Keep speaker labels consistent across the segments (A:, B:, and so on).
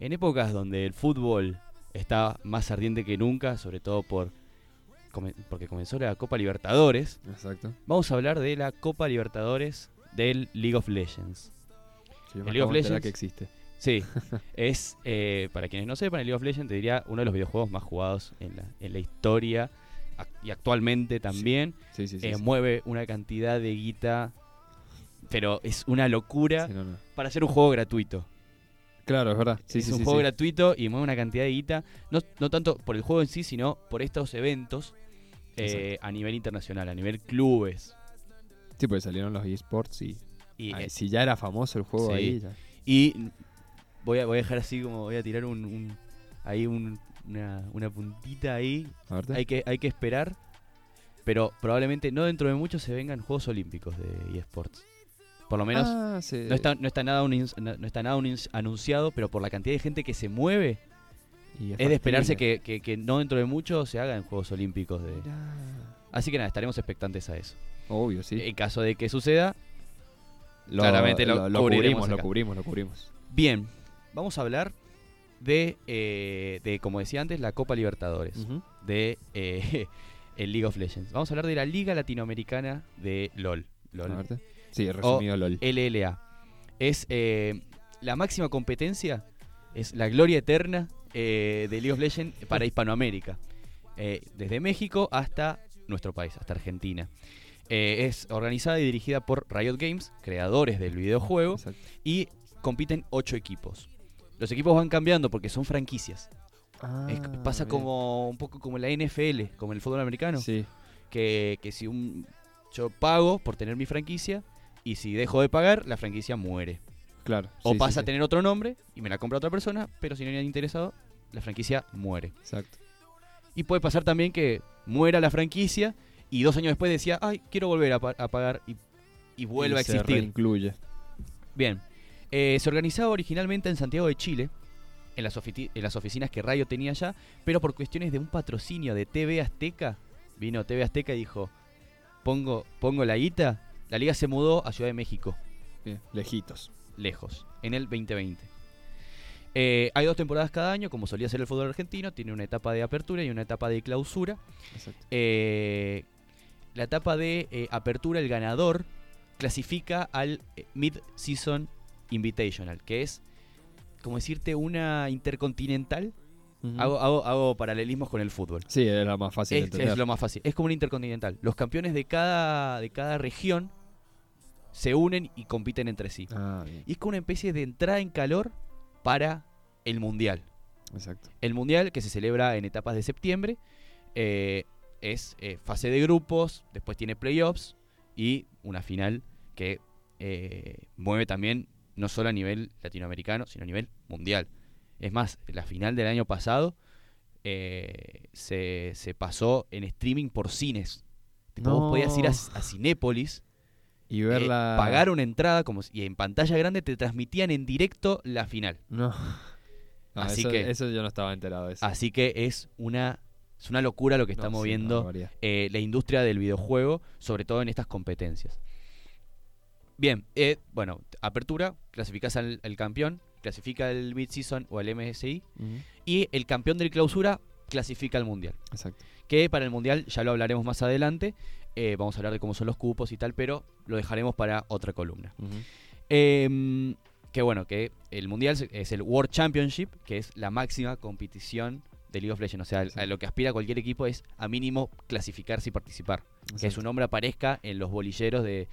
A: En épocas donde el fútbol está más ardiente que nunca, sobre todo por come- porque comenzó la Copa Libertadores,
B: Exacto.
A: vamos a hablar de la Copa Libertadores del League of Legends.
B: Sí, yo
A: El
B: me
A: League of
B: acabo de enterar
A: Legends.
B: que existe.
A: Sí, es, eh, para quienes no sepan, el League of Legends te diría uno de los videojuegos más jugados en la, en la historia ac- y actualmente también.
B: Sí, sí, sí.
A: Eh,
B: sí.
A: Mueve una cantidad de guita, pero es una locura
B: Sí, no, no.
A: para hacer un juego gratuito.
B: Claro, es verdad. Sí,
A: es
B: sí,
A: un
B: sí,
A: juego
B: sí.
A: gratuito y mueve una cantidad de guita, no, no tanto por el juego en sí, sino por estos eventos eh, a nivel internacional, a nivel clubes.
B: Sí, porque salieron los esports y.
A: Y,
B: ay,
A: eh,
B: si ya era famoso el juego
A: sí.
B: ahí. ya.
A: y voy, a, voy a dejar así como, voy a tirar un, un- ahí un- una, una puntita ahí.
B: A verte.
A: Hay que, hay que esperar, pero probablemente no dentro de mucho se vengan Juegos Olímpicos de eSports. Por lo menos eh,
B: Ah, se-
A: no, está, no, está nada un ins- no no está nada un ins- anunciado, pero por la cantidad de gente que se mueve,
B: y
A: es de esperarse
B: factible.
A: que, que- que no dentro de mucho se hagan Juegos Olímpicos. De...
B: Mirá.
A: Así que nada, estaremos expectantes a eso.
B: Obvio, sí.
A: En caso de que suceda,
B: Lo-
A: Eh, claramente lo cubriremos
B: cubrimos, lo
A: acá.
B: cubrimos, lo cubrimos.
A: bien, vamos a hablar de, eh, de como decía antes, la Copa Libertadores,
B: Ujú.
A: de eh, el League of Legends. Vamos a hablar de la Liga Latinoamericana de LOL. LOL.
B: A verte. Sí, resumido LOL.
A: LLA. Es eh, la máxima competencia, es la gloria eterna eh, de League of Legends para Hispanoamérica. Eh, desde México hasta nuestro país, hasta Argentina. Eh, es organizada y dirigida por Riot Games, creadores del videojuego,
B: Exacto.
A: y compiten ocho equipos. Los equipos van cambiando porque son franquicias. Es-
B: Ah,
A: pasa
B: bien.
A: como un poco como la NFL, como el fútbol americano
B: Sí,
A: que, que si un, yo pago por tener mi franquicia y si dejo de pagar, la franquicia muere.
B: claro.
A: O
B: sí, sí,
A: pasa a
B: sí.
A: tener otro nombre y me la compra otra persona, pero si no hay nadie interesado, la franquicia muere.
B: Exacto.
A: Y puede pasar también que muera la franquicia y dos años después decía, ay, quiero volver a, pa- a pagar y, y vuelve
B: Y
A: a
B: se
A: existir.
B: reincluye.
A: Bien, Eh, se organizaba originalmente en Santiago de Chile, en las, ofici- en las oficinas que Radio tenía allá, pero por cuestiones de un patrocinio de TV Azteca, vino TV Azteca y dijo, pongo, pongo la guita, la liga se mudó a Ciudad de México,
B: Bien, lejitos.
A: lejos, en el 2020. Eh, hay dos temporadas cada año, como solía ser el fútbol argentino, tiene una etapa de apertura y una etapa de clausura.
B: Exacto.
A: Eh, la etapa de eh, apertura, el ganador clasifica al eh, Mid-Season Invitational, que es, como decirte, una intercontinental. Hago, hago- hago paralelismos con el fútbol.
B: Sí, era más fácil de
A: Es,
B: entender.
A: es lo más fácil. Es como una intercontinental. Los campeones de cada, de cada región se unen y compiten entre sí.
B: Ah, bien.
A: Y es como una especie de entrada en calor para el Mundial.
B: Exacto.
A: El Mundial, que se celebra en etapas de septiembre, eh, es eh, fase de grupos, después tiene playoffs y una final que eh, mueve también no solo a nivel latinoamericano, sino a nivel mundial. Es más, la final del año pasado eh, se, se pasó en streaming por cines. Tipo, Vos
B: No.
A: podías ir a, a Cinépolis,
B: Y
A: eh,
B: verla.
A: pagar una entrada como si- y en pantalla grande te transmitían en directo la final.
B: No. No,
A: Así
B: eso,
A: que-
B: Eso yo no estaba enterado de eso.
A: Así que es una, es una locura lo que está
B: No, sí,
A: moviendo
B: una barbaridad.
A: eh, la industria del videojuego, sobre todo en estas competencias. Bien, eh, bueno, apertura, clasificas al, al campeón, clasifica el mid-season o el MSI,
B: Ujú,
A: y el campeón del clausura clasifica al mundial.
B: Exacto.
A: Que para el mundial ya lo hablaremos más adelante, eh, vamos a hablar de cómo son los cupos y tal, pero lo dejaremos para otra columna.
B: Ujú.
A: Em, que bueno, que el Mundial se- es el World Championship, que es la máxima competición de League of Legends. O sea,
B: Sí.
A: a lo que aspira cualquier equipo es a mínimo clasificarse y participar. Que su
B: Exacto.
A: nombre aparezca en los bolilleros de,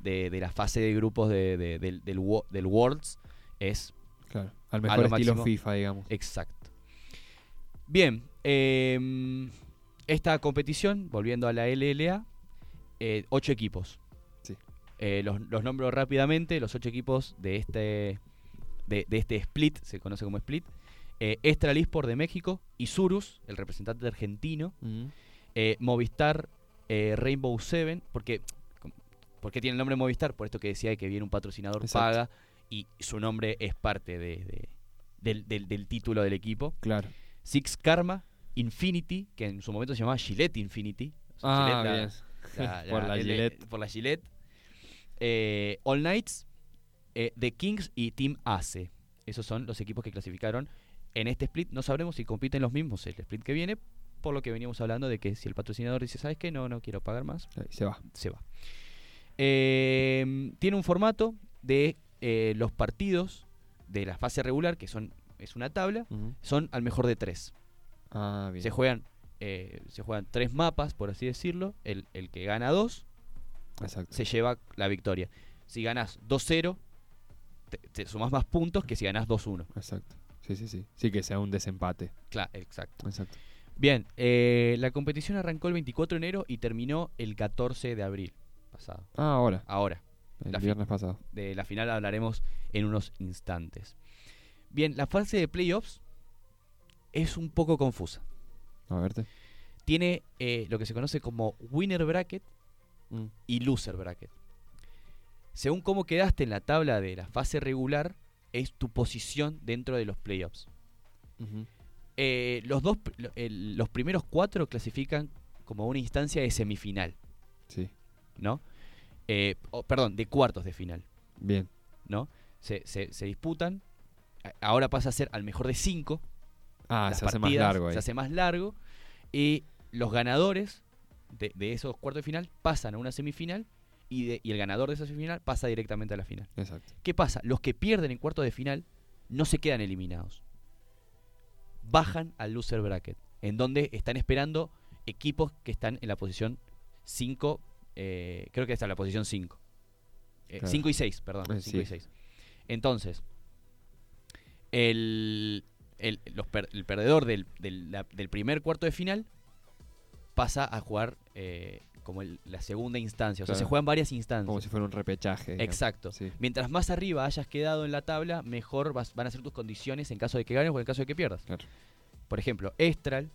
A: de- de la fase de grupos de- de- del, del wo- del Worlds. Es
B: Claro. Al mejor estilo
A: máximo.
B: FIFA, digamos.
A: exacto. Bien, em, esta competición, volviendo a la LLA, eh, ocho equipos.
B: Sí.
A: Eh, los, los nombro rápidamente, los ocho equipos de este, de, de este split, se conoce como split. Eh, Estral Esport de México, Isurus, el representante argentino,
B: Ujú.
A: eh, Movistar, eh, Rainbow Seven, porque ¿por qué tiene el nombre Movistar? Por esto que decía de que viene un patrocinador
B: Exacto.
A: paga y su nombre es parte de- de- del, del- del título del equipo.
B: Claro.
A: Six Karma, Infinity, que en su momento se llamaba Gillette Infinity. O sea,
B: Ah,
A: Gillette la-
B: bien.
A: la-
B: Por la
A: el eh, de-
B: Gillette.
A: por la Gillette. Eh, All Knights, eh, The Kings y Team ACE. Esos son los equipos que clasificaron en este split. No sabremos si compiten los mismos el split que viene, por lo que veníamos hablando de que si el patrocinador dice, ¿sabes qué? No, no quiero pagar más,
B: Ahí se va.
A: se va. Eh, tiene un formato de eh, los partidos de la fase regular, que son es una tabla, son al mejor de tres.
B: Ah, bien.
A: Se juegan, eh, se juegan tres mapas, por así decirlo. El, el que gana dos
B: Exacto.
A: se lleva la victoria. Si ganas 2-0, te, te sumás más puntos que si ganas 2-1.
B: Exacto. Sí, sí, sí. Sí, que sea un desempate.
A: Claro, exacto.
B: Exacto.
A: Bien, eh, la competición arrancó el 24 de enero y terminó el 14 de abril pasado.
B: Ah, ahora.
A: Ahora,
B: El
A: La fi-
B: viernes pasado.
A: de la final hablaremos en unos instantes. Bien, la fase de playoffs es un poco confusa.
B: A verte.
A: Tiene eh, lo que se conoce como winner bracket y loser bracket. Según cómo quedaste en la tabla de la fase regular, es tu posición dentro de los playoffs.
B: Ujú.
A: Eh, los, dos, pr- lo- el- los primeros cuatro clasifican como una instancia de semifinal,
B: Sí.
A: ¿no? Eh, o, perdón, de cuartos de final,
B: Bien.
A: ¿no? Se, se- se disputan. A- Ahora pasa a ser al mejor de cinco.
B: Ah,
A: las
B: se hace más
A: partidas,
B: largo ahí.
A: Se hace más largo. Y los ganadores de, de esos cuartos de final pasan a una semifinal y, de- y el ganador de esa semifinal pasa directamente a la final.
B: Exacto.
A: ¿Qué pasa? Los que pierden en cuartos de final no se quedan eliminados. Bajan al loser bracket, en donde están esperando equipos que están en la posición 5, eh, creo que está en la posición 5. 5
B: Claro.
A: y 6, perdón.
B: Eh,
A: cinco y
B: sí.
A: seis. Entonces, el, el- los per- el perdedor del, del- la- del primer cuarto de final pasa a jugar eh, como el- la segunda instancia. O sea, se
B: Claro.
A: juegan varias instancias.
B: Como si fuera un repechaje. digamos.
A: Exacto.
B: Sí.
A: Mientras más arriba hayas quedado en la tabla, mejor vas- van a ser tus condiciones en caso de que ganes o en caso de que pierdas.
B: Claro.
A: Por ejemplo, Estral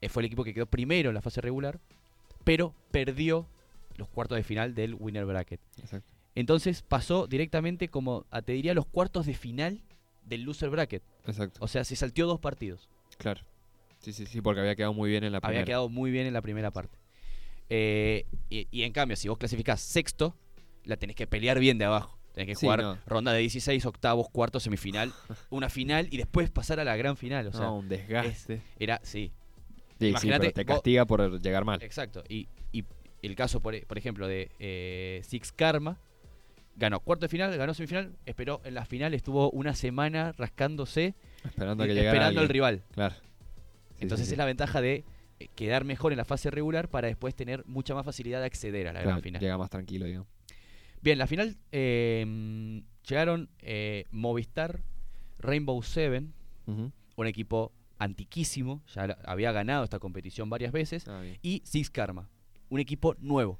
A: eh, fue el equipo que quedó primero en la fase regular, pero perdió los cuartos de final del Winner Bracket.
B: Exacto.
A: Entonces pasó directamente como, a, te diría, los cuartos de final del Loser Bracket.
B: Exacto.
A: O sea, se salteó dos partidos.
B: Claro. Sí, sí, sí, porque había quedado muy bien en la primera.
A: Había quedado muy bien en la primera parte. Eh, y, y en cambio, si vos clasificás sexto, la tenés que pelear bien de abajo. Tenés que
B: Sí,
A: jugar
B: no.
A: ronda de 16, octavos, cuartos, semifinal, una final y después pasar a la gran final. O sea,
B: no, un desgaste.
A: era, sí,
B: Sí, sí,
A: imagínate,
B: pero
A: vos-
B: te
A: eh,
B: castiga por llegar mal.
A: exacto. Y, y el caso, por, e- por ejemplo, de eh, Six Karma, ganó cuarto de final, ganó semifinal, esperó en la final, estuvo una semana rascándose, eh,
B: Esperando a que llegara
A: esperando al
B: alguien.
A: rival.
B: Claro. Sí,
A: Entonces
B: sí, sí.
A: es la ventaja de eh, quedar mejor en la fase regular para después tener mucha más facilidad de acceder a la
B: Claro,
A: gran final.
B: Llega más tranquilo, digamos.
A: Bien, la final eh, mm, llegaron eh, Movistar, Rainbow Seven,
B: Ujú.
A: un equipo antiquísimo, ya la- había ganado esta competición varias veces,
B: Ah, bien.
A: y Six Karma, un equipo nuevo,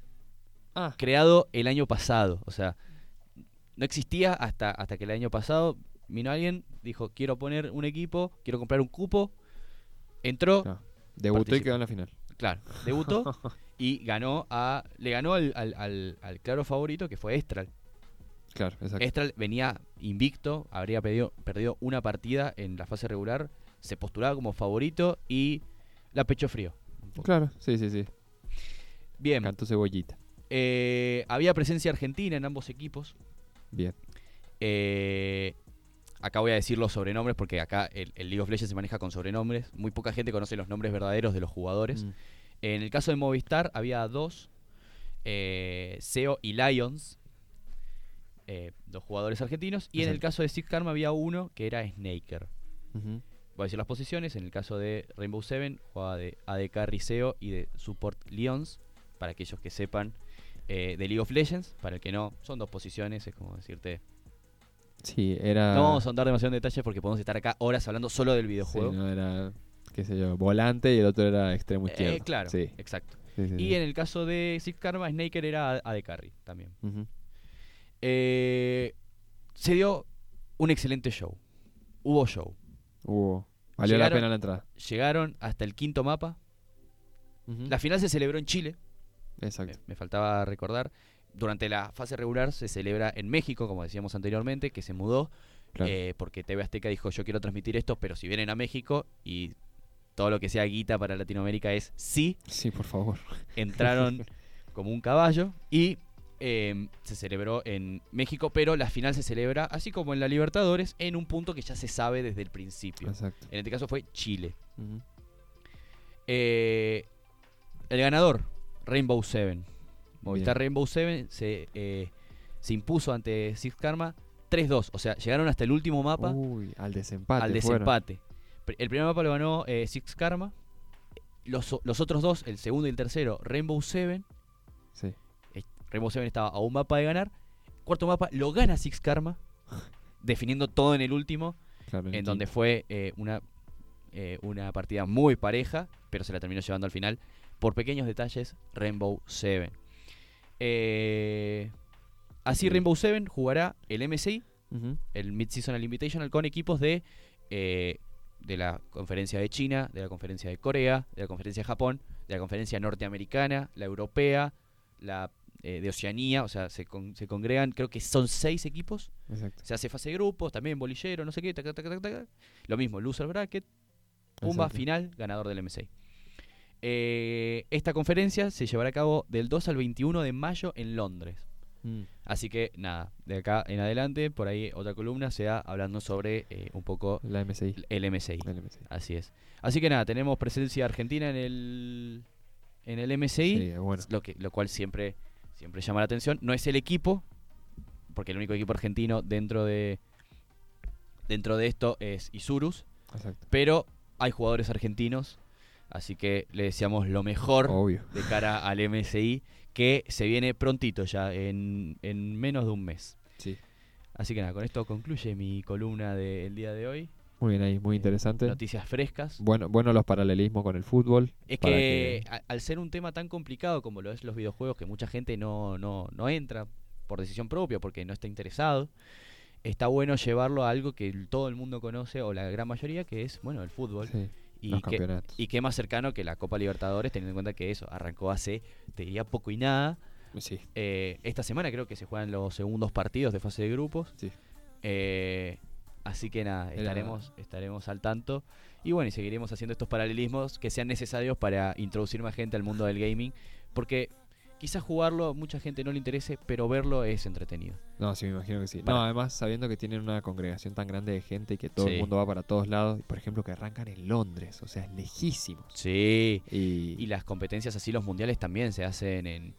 B: Ah,
A: creado el año pasado, o sea, no existía hasta, hasta que el año pasado vino alguien, dijo, quiero poner un equipo, quiero comprar un cupo, entró,
B: ah, debutó y
A: Participa.
B: quedó en la final.
A: Claro, debutó y ganó a. Le ganó al, al- al- al claro favorito que fue Estral.
B: Claro, exacto.
A: Estral venía invicto, habría pedido- perdido una partida en la fase regular, se postulaba como favorito y la pecho frío.
B: Claro, sí, sí, sí.
A: Bien,
B: Cantó cebollita.
A: eh, había presencia argentina en ambos equipos.
B: Bien.
A: Eh, acá voy a decir los sobrenombres porque acá el, el League of Legends se maneja con sobrenombres. Muy poca gente conoce los nombres verdaderos de los jugadores.
B: Mm.
A: En el caso de Movistar había dos, eh, Seo y Lions, eh, dos jugadores argentinos, y en el
B: Exacto.
A: caso de Six Karma había uno que era Snaker.
B: Ujú.
A: Voy a decir las posiciones, en el caso de Rainbow Seven jugaba de AD Carry Seo y de Support Lions, para aquellos que sepan, eh, de League of Legends, para el que no, son dos posiciones, es como decirte...
B: Sí, era.
A: No vamos a andar demasiado en detalle porque podemos estar acá horas hablando solo del
B: sí,
A: videojuego.
B: no, era, qué sé yo, volante y el otro era extremo
A: Eh,
B: izquierdo.
A: claro,
B: Sí,
A: exacto.
B: sí, sí,
A: Y
B: sí.
A: en el caso de Six Karma, Snaker era AD Carry también.
B: Ujú.
A: Eh, se dio un excelente show. Hubo show.
B: Hubo- Valió
A: Llegaron-
B: la pena la entrada.
A: Llegaron hasta el quinto mapa.
B: Ujú.
A: La final se celebró en Chile, me,
B: Exacto.
A: me faltaba recordar. Durante la fase regular se celebra en México, como decíamos anteriormente, que se mudó
B: Claro.
A: eh, porque TV Azteca dijo yo quiero transmitir esto, pero si vienen a México y todo lo que sea guita para Latinoamérica es sí,
B: Sí, por favor.
A: entraron como un caballo y eh, se celebró en México, pero la final se celebra, así como en la Libertadores, en un punto que ya se sabe desde el principio.
B: Exacto.
A: En este caso fue Chile.
B: Ujú.
A: Eh, el ganador, Rainbow Seven. Movistar Rainbow Seven se, eh, se impuso ante Six Karma 3-2. O sea, llegaron hasta el último mapa
B: Uy, al desempate.
A: al
B: Uh, fueron.
A: desempate. Pr- El primer mapa lo ganó eh, Six Karma. Los, o- los otros dos, el segundo y el tercero, Rainbow Seven.
B: Sí.
A: Rainbow Seven estaba a un mapa de ganar. Cuarto mapa lo gana Six Karma, definiendo todo en el último,
B: Claro,
A: en donde fue eh, una, eh, una partida muy pareja, pero se la terminó llevando al final. Por pequeños detalles, Rainbow Seven. Eh, así,
B: Bien.
A: Rainbow Seven jugará el MSI
B: Ujú.
A: el Mid-Seasonal Invitational con equipos de, eh, de la conferencia de China, de la conferencia de Corea, de la conferencia de Japón, de la conferencia norteamericana, la europea, la eh, de Oceanía, o sea, se, con- se congregan, creo que son seis equipos.
B: Exacto.
A: Se hace fase de grupos, también bolillero, no sé qué, tac, tac, tac, tac, tac. lo mismo, loser bracket, pumba,
B: Exacto.
A: final, ganador del MSI. Eh, esta conferencia se llevará a cabo del 2 al 21 de mayo en Londres.
B: Mm.
A: Así que nada, de acá en adelante, por ahí otra columna sea hablando sobre eh, un poco
B: La MSI.
A: el MSI.
B: La MSI.
A: Así es. Así que nada, tenemos presencia argentina en el en el MSI,
B: Sí, bueno.
A: lo que lo cual siempre siempre llama la atención. No es el equipo, porque el único equipo argentino dentro de dentro de esto es Isurus,
B: Exacto.
A: pero hay jugadores argentinos, así que le deseamos lo mejor
B: Obvio.
A: de cara al MSI que se viene prontito ya en, en menos de un mes.
B: Sí.
A: Así que nada, con esto concluye mi columna del día de hoy.
B: Muy bien ahí, muy
A: Eh,
B: interesante.
A: Noticias frescas.
B: Bueno, bueno los paralelismos con el fútbol.
A: Es
B: para
A: que, a- al ser un tema tan complicado como lo es los videojuegos, que mucha gente no, no, no entra por decisión propia porque no está interesado, está bueno llevarlo a algo que el- todo el mundo conoce o la gran mayoría, que es bueno el fútbol.
B: Sí,
A: y
B: los
A: que,
B: campeonatos.
A: y qué más cercano que la Copa Libertadores, teniendo en cuenta que eso arrancó hace, te diría, poco y nada.
B: Sí.
A: Eh, esta semana creo que se juegan los segundos partidos de fase de grupos.
B: Sí.
A: Eh, así que nada,
B: Era-
A: estaremos, estaremos al tanto. Y bueno, y seguiremos haciendo estos paralelismos que sean necesarios para introducir más gente al mundo del gaming. Porque quizás jugarlo mucha gente no le interese, pero verlo es entretenido.
B: No, sí, me imagino que sí. No,
A: Para-
B: además, sabiendo que tienen una congregación tan grande de gente y que todo
A: Sí.
B: el mundo va para todos lados, y por ejemplo, que arrancan en Londres, o sea, es lejísimos.
A: Sí.
B: Y,
A: Y las competencias así, los mundiales también se hacen en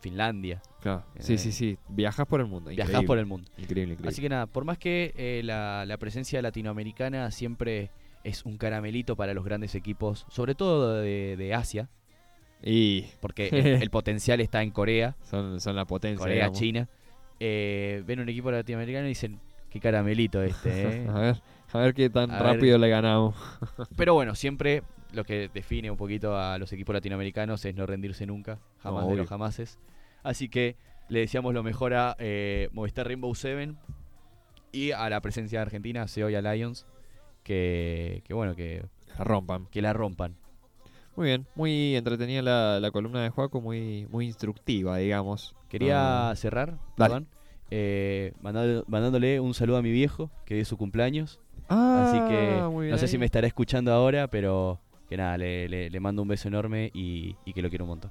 A: Finlandia.
B: claro,
A: eh,
B: sí, sí, sí, viajas por el mundo. Increíble,
A: Viajás por el mundo.
B: increíble, increíble.
A: Así que nada, por más que eh, la, la presencia latinoamericana siempre es un caramelito para los grandes equipos, sobre todo de, de Asia,
B: Y
A: porque el, el potencial está en Corea,
B: son, son la potencia.
A: Corea,
B: digamos.
A: China. Eh, ven un equipo latinoamericano y dicen, qué caramelito este. ¿eh?".
B: A ver, a ver qué tan
A: A ver-
B: rápido le ganamos.
A: Pero bueno, siempre lo que define un poquito a los equipos latinoamericanos es no rendirse nunca, jamás
B: No,
A: de
B: obvio.
A: los jamases. Así que le deseamos lo mejor a eh, Movistar Rainbow Seven y a la presencia de Argentina, CEO y a Lions, que, que bueno, que,
B: La rompan.
A: que la rompan.
B: Muy bien, muy entretenida la, la columna de Juaco, muy, muy instructiva, digamos.
A: Quería
B: No-
A: cerrar,
B: Ah. Dale.
A: Juan, eh, mandado- mandándole un saludo a mi viejo, que es su cumpleaños.
B: Ah,
A: Así que
B: muy bien
A: no sé si
B: ahí.
A: me estará escuchando ahora, pero que nada, le, le- le mando un beso enorme y, y que lo quiero un montón.